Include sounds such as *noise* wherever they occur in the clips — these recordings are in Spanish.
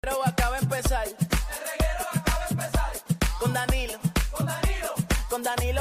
Pero acaba de empezar. El reguero acaba de empezar. Con Danilo. Con Danilo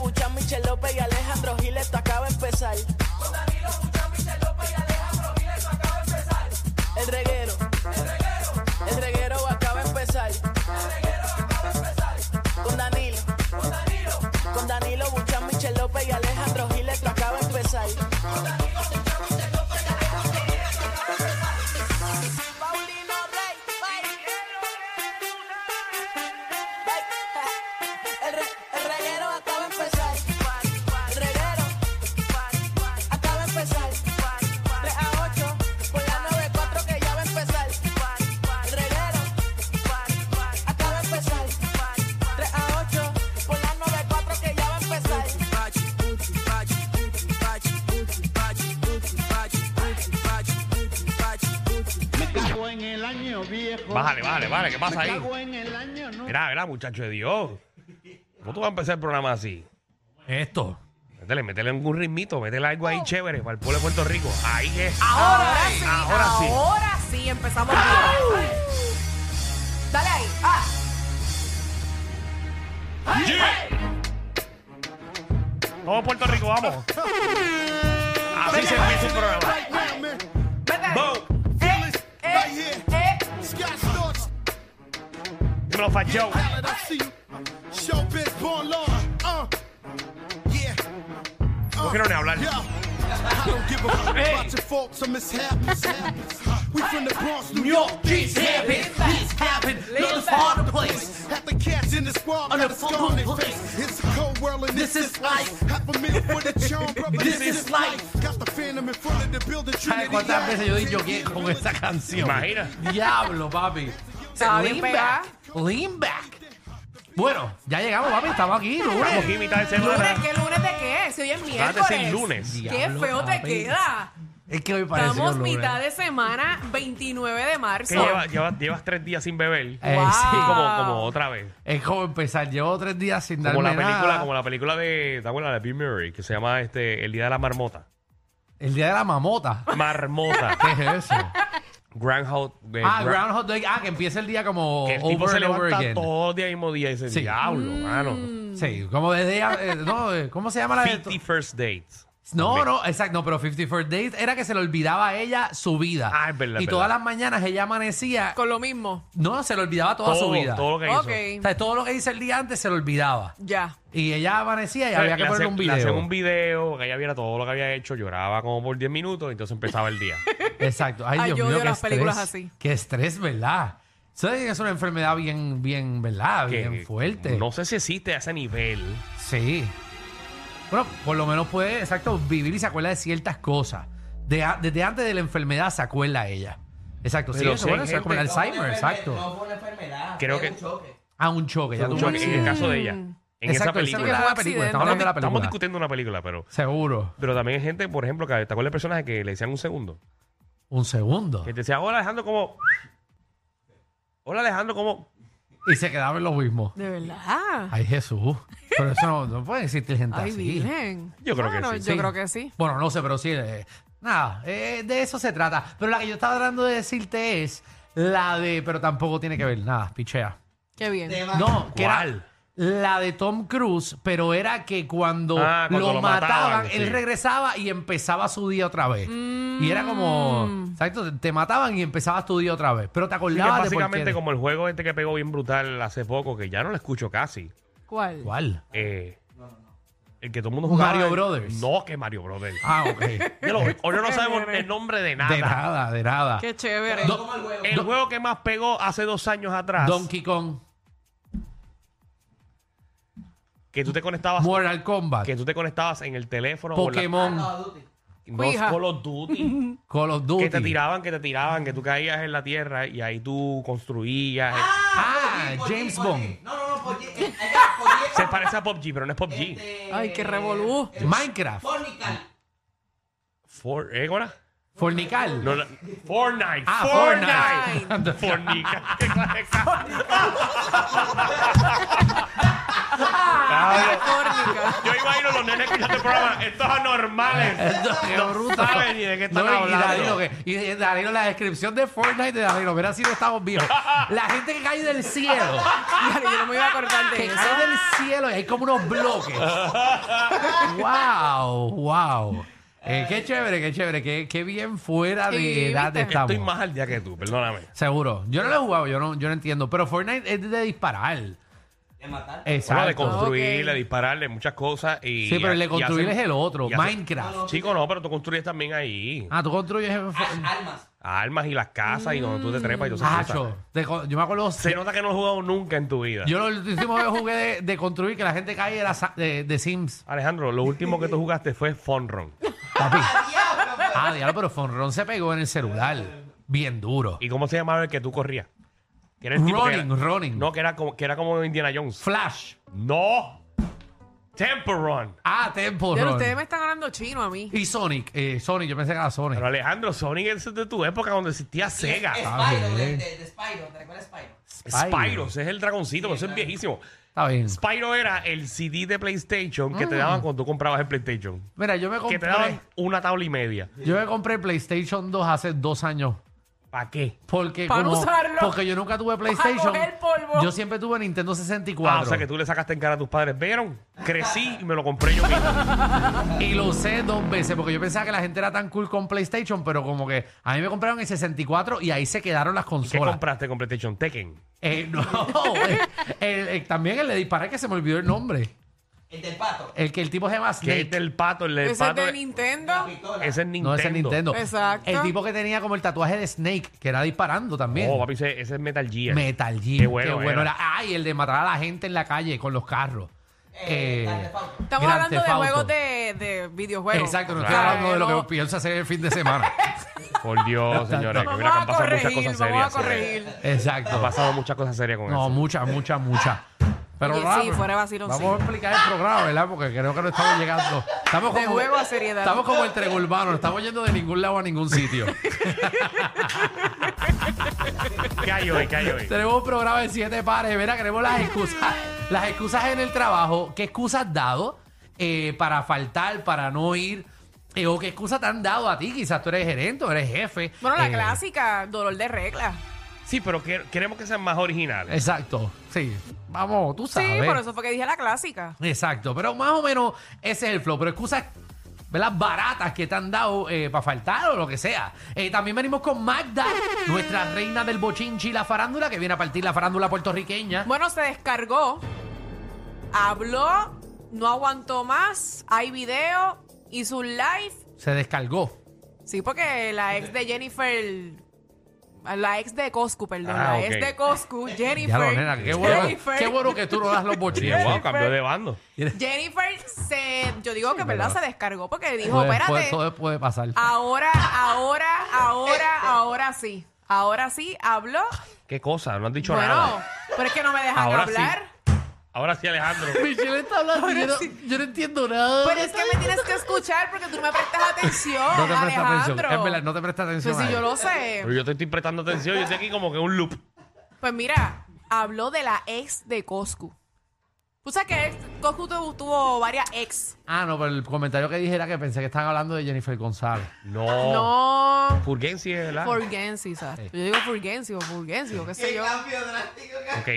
Buchan, Michel López y Alejandro Gil, esto acaba de empezar. Con Danilo Buchan, Michel López y Alejandro Gil, esto acaba de empezar. El reguero. El reguero. El reguero acaba de empezar. El reguero acaba de empezar. Con Danilo. Con Danilo. Con Danilo Buchan, Michel López y Alejandro Gil, esto acaba de empezar. Paulino Rey, El, re- el reguero acaba de empezar. El reguero acaba de empezar. 3 a 8 por la 94 que ya va a empezar. El reguero acaba de empezar. 3 a 8 por la 94 que ya va a empezar. en el año viejo. Bájale, bájale, bájale, ¿qué pasa ahí? Cago en el año nuevo. Mira, mira, muchacho de Dios. ¿Cómo tú vas a empezar el programa así? Esto. Métele, métele algún ritmito, métele algo Oh. ahí chévere para el pueblo de Puerto Rico. Ahí es. Ahora, sí, ahora sí. Ahora sí, empezamos bien. Dale ahí. Ah, Vamos, Puerto Rico, vamos. Así se empieza el programa. vete. Boom. Eh, eh, eh. Dímelo, Fat Joe. Uh. No quiero ni hablar. This is life. This is life. Got the phantom in front of the building. Trinity ¿Sabes cuántas veces yo digo que Eyes. con esa canción? Imagina. Diablo, papi. Está bien Lean pegada. back. Lean back. Bueno, ya llegamos, papi. Estamos aquí, Estamos lunes. aquí mitad de ¿Lunes? semana. ¿Qué lunes de qué? Si hoy es Vas miércoles. a decir lunes. Qué Diablo, feo te papi. queda. Es que me parece. Estamos que es mitad lunes. de semana, 29 de Que marzo. lleva- lleva- llevas tres días sin beber. Eh, sí, Así como- como, como otra vez. es como empezar. Llevo tres días sin darme Como la nada. película, como la película de, ¿te acuerdas? De Bill Murray, que se llama este, El Día de la Marmota. El día de la mamota. Marmota. *laughs* ¿Qué es *laughs* eso? Groundhog. eh, ah, Gra- Groundhog Day. Ah, que empieza el día como Que el tipo over se and over levanta again. todos los días mismo día y dice, Sí. diablo, mano. Sí, como desde. eh, no, eh, ¿Cómo se llama la de to- 50 first dates. No, no, exacto, no, pero 54 Days era que se le olvidaba a ella su vida. Ah, es verdad, Y es todas verdad. las mañanas ella amanecía. Con lo mismo. No, se le olvidaba toda su vida. Todo lo que Ok, hizo. O sea, todo lo que hice el día antes se le olvidaba. ya. Y ella amanecía y había que Le ponerle hacen- un Le hacen video. un video, que ella viera todo lo que había hecho, lloraba como por 10 minutos, entonces empezaba el día. *laughs* Exacto. Ay, Ay, Dios yo mío, odio qué las películas estrés. así. Qué estrés, ¿verdad? Eso es una enfermedad bien, bien, ¿verdad? Que *laughs* Bien fuerte. No sé si existe a ese nivel. Sí. Bueno, por lo menos puede, exacto, vivir y se acuerda de ciertas cosas. De a- desde antes de la enfermedad se acuerda ella. Exacto, Pero sí, eso, si hay bueno, eso es con gente- Alzheimer, exacto. Creo que A un choque, ya fue un tuvo un choque en el accidente. caso de ella. En esa Exacto, esa película. que fue la película, estamos hablando de la Estamos película. discutiendo una película, pero. Seguro. Pero también hay gente, por ejemplo, que te acuerdas de personajes que le decían un segundo. Un segundo. Que te decía, hola Alejandro, como. Hola Alejandro, como. Y se quedaba en lo mismo. De verdad. Ay, Jesús. Pero eso no, no puede existir gente Ay, así. virgen. Yo creo que Bueno, sí. Yo Sí. creo que sí. Bueno, no sé, pero sí. eh, nada, eh, de eso se trata. Pero la que yo estaba tratando de decirte es la de. Pero tampoco tiene que ver nada, pichea. Qué bien. No, que era ¿Cuál? la de Tom Cruise, pero era que cuando, Ah, cuando lo, lo mataban, mataban, él sí. regresaba y empezaba su día otra vez. Y era como, Mm. exacto, te- te mataban y empezabas tu día otra vez. Pero Sí, te que acordabas es de por qué básicamente era. como el juego este que pegó bien brutal hace poco, que ya no lo escucho casi. ¿Cuál? ¿Cuál? Eh, el que todo el mundo jugaba. Mario el- Brothers. No, que Mario Brothers. *laughs* Ah, ok. de *laughs* Ya lo- o ya no sabemos el nombre de nada. nada, de nada. Qué chévere. Do- El juego que más pegó hace dos años atrás. Donkey Kong, que tú te conectabas. Mortal Kombat, Que tú te conectabas en el teléfono. o en la- Pokémon. No, Cuija. Call of Duty. Call of Duty. que te tiraban, que te tiraban, que tú caías en la tierra y ahí tú construías. Ah, Por G, por G, James por G. Bond. No, no, no, por G. Eh, allá, por G. Se parece a PUBG, pero no es PUBG. Este, Ay, qué revolú. Minecraft. Fornical. For, ¿eh, cómo era? Fornical. *laughs* No, la- Fortnite. Ah, Fortnite. Fornica. Qué clase de ca- *laughs* Ay, *laughs* córnica. Yo imagino los nenes que este programa. Estos anormales. Esto, qué No bruto. saben ni de qué están No, y- hablando. Y Danilo, que- y de- Danilo, la descripción de Fortnite de Danilo. Mira si no estamos *laughs* viejos. La gente que cae del cielo. Diablo, Yo no me iba a acordar de Que eso. cae del cielo y hay como *laughs* unos bloques. wow, wow. Eh, qué chévere, qué chévere. Qué, qué bien fuera Sí, de edad ¿viste? estamos. Estoy más al día que tú, perdóname. Seguro. Yo no lo he jugado, yo no, yo no entiendo. Pero Fortnite es de disparar. De matar. Bueno, de Exacto. construirle, Ok. dispararle, muchas cosas. Y, Sí, pero el y de construir hacen- es el otro. y hacen- Minecraft. Chico, no, pero tú construyes también ahí. Ah, tú construyes en Fortnite. Ah, Almas. Armas y las casas y donde tú te trepas y todo Ah, eso. cho. De co- yo me acuerdo. Se nota que no has jugado nunca en tu vida. Yo lo último que jugué de, de construir que la gente cae era sa- de, de Sims. Alejandro, lo último que tú jugaste fue Fonron. Ah, diablo, pues. Ah, diablo, pero Fonron se pegó en el celular. Bien duro. ¿Y cómo se llamaba el que tú corrías? Que era el tipo que era- Running, running. No, que era como, que era como Indiana Jones. Flash. No. Temple Run. Ah, Tempo Pero Run. ustedes me están hablando chino a mí. Y Sonic. Eh, Sonic, yo pensé que era Sonic. Pero Alejandro, Sonic es de tu época donde existía Sega. Spyro, de, bien. de, de Spyro. ¿Te recuerdas Spyro? Spyro, ese es el dragoncito, pero eso es viejísimo. Está bien. Spyro era el CD de PlayStation que te daban cuando tú comprabas el PlayStation. Mira, yo me Que te Mm. compré. daban una tabla y media. Yo me compré PlayStation 2 hace dos años. ¿Para qué? Porque Para como- usarlo. Porque yo nunca tuve PlayStation. coger polvo. Yo siempre tuve Nintendo 64. Ah, o sea que tú le sacaste en cara a tus padres. ¿Vieron? Crecí y me lo compré yo *laughs* mismo. Y lo usé dos veces porque yo pensaba que la gente era tan cool con PlayStation, pero como que a mí me compraron el 64 y ahí se quedaron las ¿Qué consolas. compraste con PlayStation? Tekken. Eh, no, *laughs* eh, el- el- también el de disparar que se me olvidó el nombre. El del pato. El que el tipo se llama Que Snake. es del pato, el del Ese es pato. de es- Nintendo. Pistola. Ese es Nintendo. No, ese es Nintendo. Exacto. El tipo que tenía como el tatuaje de Snake, que era disparando también. Oh, papi, ese, ese es Metal Gear. Metal Gear. Qué bueno era. era. Ay, el de matar a la gente en la calle con los carros. Eh, Eh, Grand Theft Auto. Estamos Grand hablando de Theft Auto. juegos de, de videojuegos. Exacto, no O estoy sea, hablando de lo no- que pienso hacer el fin de *laughs* semana. Por Dios, señores. que mira que Vamos han pasado a muchas corregir, cosas vamos serias. a corregir. Han Exacto. pasado muchas cosas serias con No, eso. mucha, mucha, mucha. Pero Oye, nada, sí, pues, fuera de vacilón, Vamos sí. a explicar el programa, ¿verdad? Porque creo que no estamos llegando. Estamos De como, juego a seriedad. Estamos como el tren urbano, no estamos yendo de ningún lado a ningún *laughs* sitio. ¿Qué hay hoy? ¿Qué hay hoy? *laughs* Tenemos un programa de siete pares. Mira, queremos las excusas. Las excusas en el trabajo. ¿Qué excusas has dado eh, para faltar, para no ir? Eh, o qué excusas te han dado a ti. Quizás tú eres gerente o eres jefe. Bueno, la Eh, clásica, dolor de regla. Sí, pero que- queremos que sean más Eh, originales. Exacto. Sí. Vamos, tú Sí, sabes. por eso fue que dije la clásica. Exacto, pero más o menos ese es el flow. Pero excusas, ¿verdad? Baratas que te han dado eh, para faltar o lo que sea. Eh, también venimos con Magda, nuestra reina del bochinchi y la farándula, que viene a partir la farándula puertorriqueña. Bueno, se descargó, habló, no aguantó más, hay video, hizo un live. Se descargó. Sí, porque la ex de Jennifer, la ex de Coscu, perdón, Ah, la ok. ex de Coscu, Jennifer. Ya lo, nena, qué bueno, Jennifer, qué bueno que tú no das los *laughs* Sí, bochinches. Pues, wow, cambió de bando. Jennifer se, yo digo que verdad se descargó porque dijo, Puede- espérate. Ah, puede- todo puede pasar. Ahora, ahora, ahora, ahora sí. Ahora sí, habló. ¿Qué cosa? No han dicho Bueno, nada. pero es que no me dejan Ahora sí. hablar. Ahora sí, *laughs* Alejandro. *laughs* Michelle está hablando, yo no, yo no entiendo nada. Pero Pues es que me tienes que escuchar porque tú no me prestas atención, no te presta Alejandro. atención. Es verdad, no te presta atención. pues a si yo él. lo sé. Pero yo te estoy prestando atención. Yo estoy aquí como que en un loop. Pues mira, habló de la ex de Coscu. Tú sabes que ex- Coscu tuvo, tuvo varias ex. Ah, no, pero el comentario que dije era que pensé que estaban hablando de Jennifer González. No. Oh. No. Fulgensi es Ah. la. Fulgensi, ¿sabes? Yo digo Fulgensi o Fulgensi o qué sé Qué yo. cambio drástico. cara. Ok.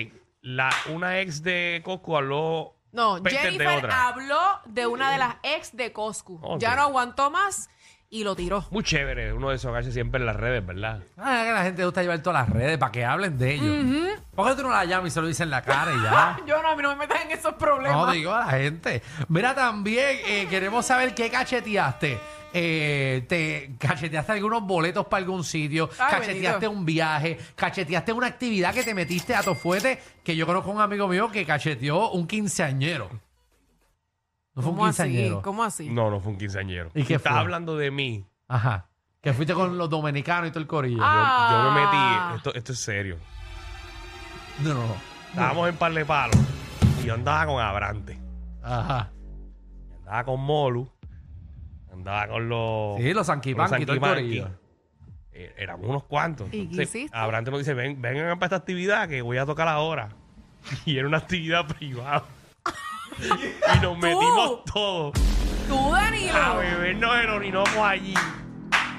La, una ex de Cosco habló. No, pestes Jennifer de otra. habló de una de las ex de Coscu. Ok. Ya no aguantó más y lo tiró. Muy chévere uno de esos gallos siempre en las redes, ¿verdad? Ah, es que la gente le gusta llevar todas las redes para que hablen de ellos. ¿Por qué tú no la llamas y se lo dices en la cara y ya? *laughs* Yo no, a mí no me metas en esos Ah. no, problemas. digo a la gente. Mira, también eh, queremos saber qué cacheteaste. Eh, te cacheteaste algunos boletos para algún sitio, Ay, cacheteaste bendito. un viaje, cacheteaste una actividad que te metiste a tu fuerte, que yo conozco a un amigo mío que cacheteó un quinceañero. No fue un ¿Cómo así? quinceañero. ¿Cómo así? No, no fue un quinceañero. ¿Y qué Estás fue? hablando de mí. Ajá. Que fuiste con los dominicanos y todo el corillo. Yo, yo me Ah. metí. eh. Esto, esto es serio. No, no, no. Estábamos en par de palos. Y yo andaba con Abrante. Ajá. Andaba con Molu. Andaba con los. Sí, los con los sanquipanqui y todo el Sanquipanqui. corillo. Eh, Éramos unos cuantos. ¿Y qué Entonces, hiciste? Abrante nos dice: Ven, vengan para esta actividad que voy a tocar ahora. Y era una actividad privada. y nos metimos todos. Tú, A Danilo. beber nos erorinamos allí.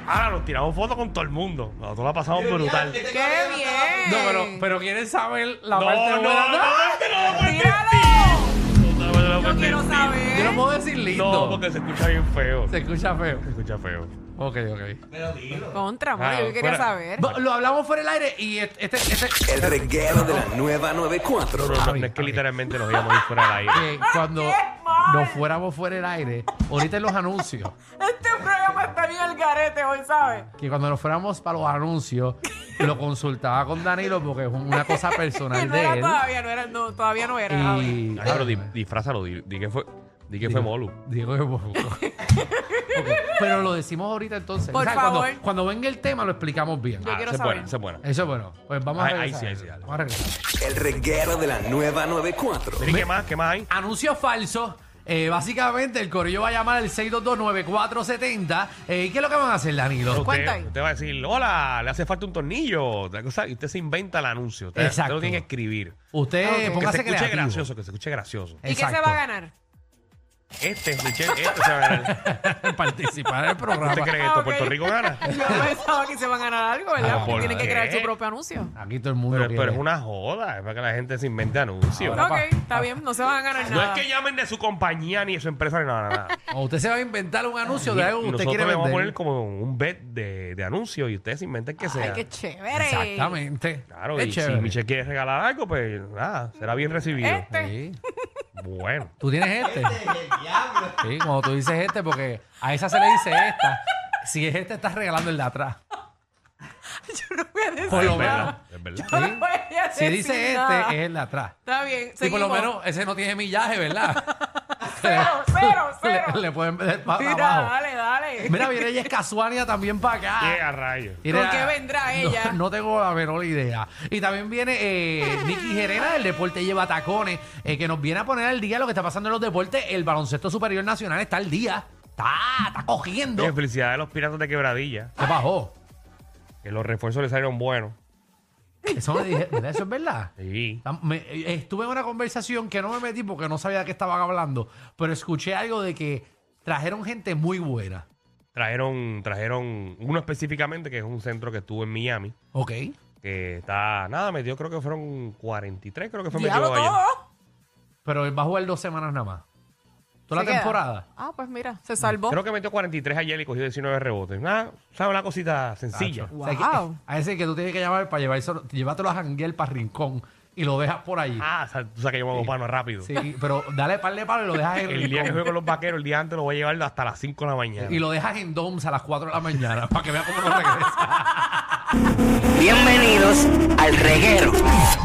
Ahora nos tiramos fotos con todo el mundo. Nosotros la pasamos brutal. Qué ¡Qué bien! No, pero, pero quieren saber No, la no, parte no, buena. no, este no lo puedes ¡Míralo! decir. No, no lo Yo puedes quiero decir. Yo no saber. puedo decir lindo. No, porque se escucha bien feo. Se Se escucha feo. escucha feo. Ok, ok. Pero dilo. Contra, mano, Ah, yo quería fuera. saber. Bo- Lo hablamos fuera del aire y este... este, este- *laughs* El reguero de la nueva 94. No, no, no, bien, es está que bien. Eh, literalmente nos íbamos a ir fuera del aire. que cuando mal! nos fuéramos fuera del aire, ahorita en los anuncios, Este programa está bien el garete hoy, ¿sabes? que cuando nos fuéramos para los anuncios, lo consultaba con Danilo porque es una cosa personal no era de él. todavía, no era, no, todavía no era. Javi. Y... Ay, Ah, pero di, disfrázalo, di, di que fue, di que fue Molu. Diego de *laughs* Bobo. Ok, Pero lo decimos ahorita entonces. Por cuando- favor. Cuando, venga el tema lo explicamos bien. Yo quiero esa Ah, es saber. buena, esa es buena. Eso es bueno. Pues vamos a Ahí- ahí regresar. sí, ahí sí, dale. Vamos a regresar. El reguero de la nueva 94. Mira, ¿Qué más? ¿Qué más hay? Anuncios falsos. Eh, básicamente el corillo va a llamar al 6229470. Eh, ¿Y qué es lo que van a hacer, Danilo? cuenta Usted, ahí. usted va a decir, hola, le hace falta un tornillo. tal cosa, y usted se inventa el anuncio. Usted, usted Exacto. lo tiene que escribir. Usted Ok. Ah, Que se póngase escuche creativo. gracioso, que se escuche gracioso. ¿Y qué se Exacto. va a ganar? Este, Michelle, este se va a *laughs* ganar. *laughs* Participar en el programa. ¿Usted cree que Ah, esto ok. Puerto Rico gana? Yo *laughs* pensaba que se van a ganar algo, ¿verdad? Ah, Porque ¿por tienen que qué? crear su propio anuncio. Aquí todo el mundo Pero, pero quiere. es una joda, es para que la gente se invente anuncios. Ahora ok, pa- está bien, no se van a ganar No nada. es que llamen de su compañía ni de su empresa ni nada, nada. O usted se va a inventar un anuncio de algo que usted Nosotros quiere le vamos a poner vender. como un bet de, de anuncios y ustedes se inventan que Ay, sea. qué chévere. Exactamente. Claro, Qué y chévere. si Michelle quiere regalar algo, pues nada, será bien recibido. Este. *laughs* Sí. Bueno. Tú tienes este. El diablo. Sí, cuando tú dices este, porque a esa se le dice esta. Si es este, estás regalando el de atrás. Yo no voy a decir Por lo es menos. verdad, es verdad. No voy a Si decir dice nada. este, es el de atrás. Está bien, Y por lo seguimos. menos ese no tiene millaje, ¿verdad? *laughs* *laughs* Cero, cero, cero. Le, le pueden ver para Mira, abajo. dale, dale. Mira, viene ella Casuania también para acá. Qué a rayos. Mira, ¿Con qué vendrá no- *laughs* ella? No, tengo la menor idea. Y también viene eh, Nicky Gerena, el deporte lleva tacones, eh, que nos viene a poner al día lo que está pasando en los deportes. El baloncesto superior nacional está al día. Está, está cogiendo. Oye, ¿Qué felicidades a los piratas de quebradilla, bajó? que los refuerzos les salieron buenos. Eso me dije, ¿verdad? Eso es verdad. Sí. Tam- me- eh, estuve en una conversación que no me metí porque no sabía de qué estaban hablando, pero escuché algo de que trajeron gente muy buena. Trajeron, trajeron uno específicamente, que es un centro que estuvo en Miami, ¿Ok? que está, nada, metió, creo que fueron 43, creo que fue Diablo metido allá. todo. Pero él va a jugar dos semanas nada más. Toda Se la queda. temporada. Ah, pues mira, se salvó. Creo que metió 43 ayer y cogió 19 rebotes. Nada, o sea, una cosita sencilla. O sea, que- Wow. a ese que tú tienes que llamar para llevárselo, llévatelo a janguear para rincón y lo dejas por allí. Ah, o sea, tú sabes que yo me hago pano rápido. Sí, pero dale par de palo y lo dejas en El día que rincón. juego con los vaqueros, el día antes lo voy a llevar hasta las 5 de la mañana. Y lo dejas en DOMS a las 4 de la mañana para que vea cómo no regresa. Bienvenidos al reguero.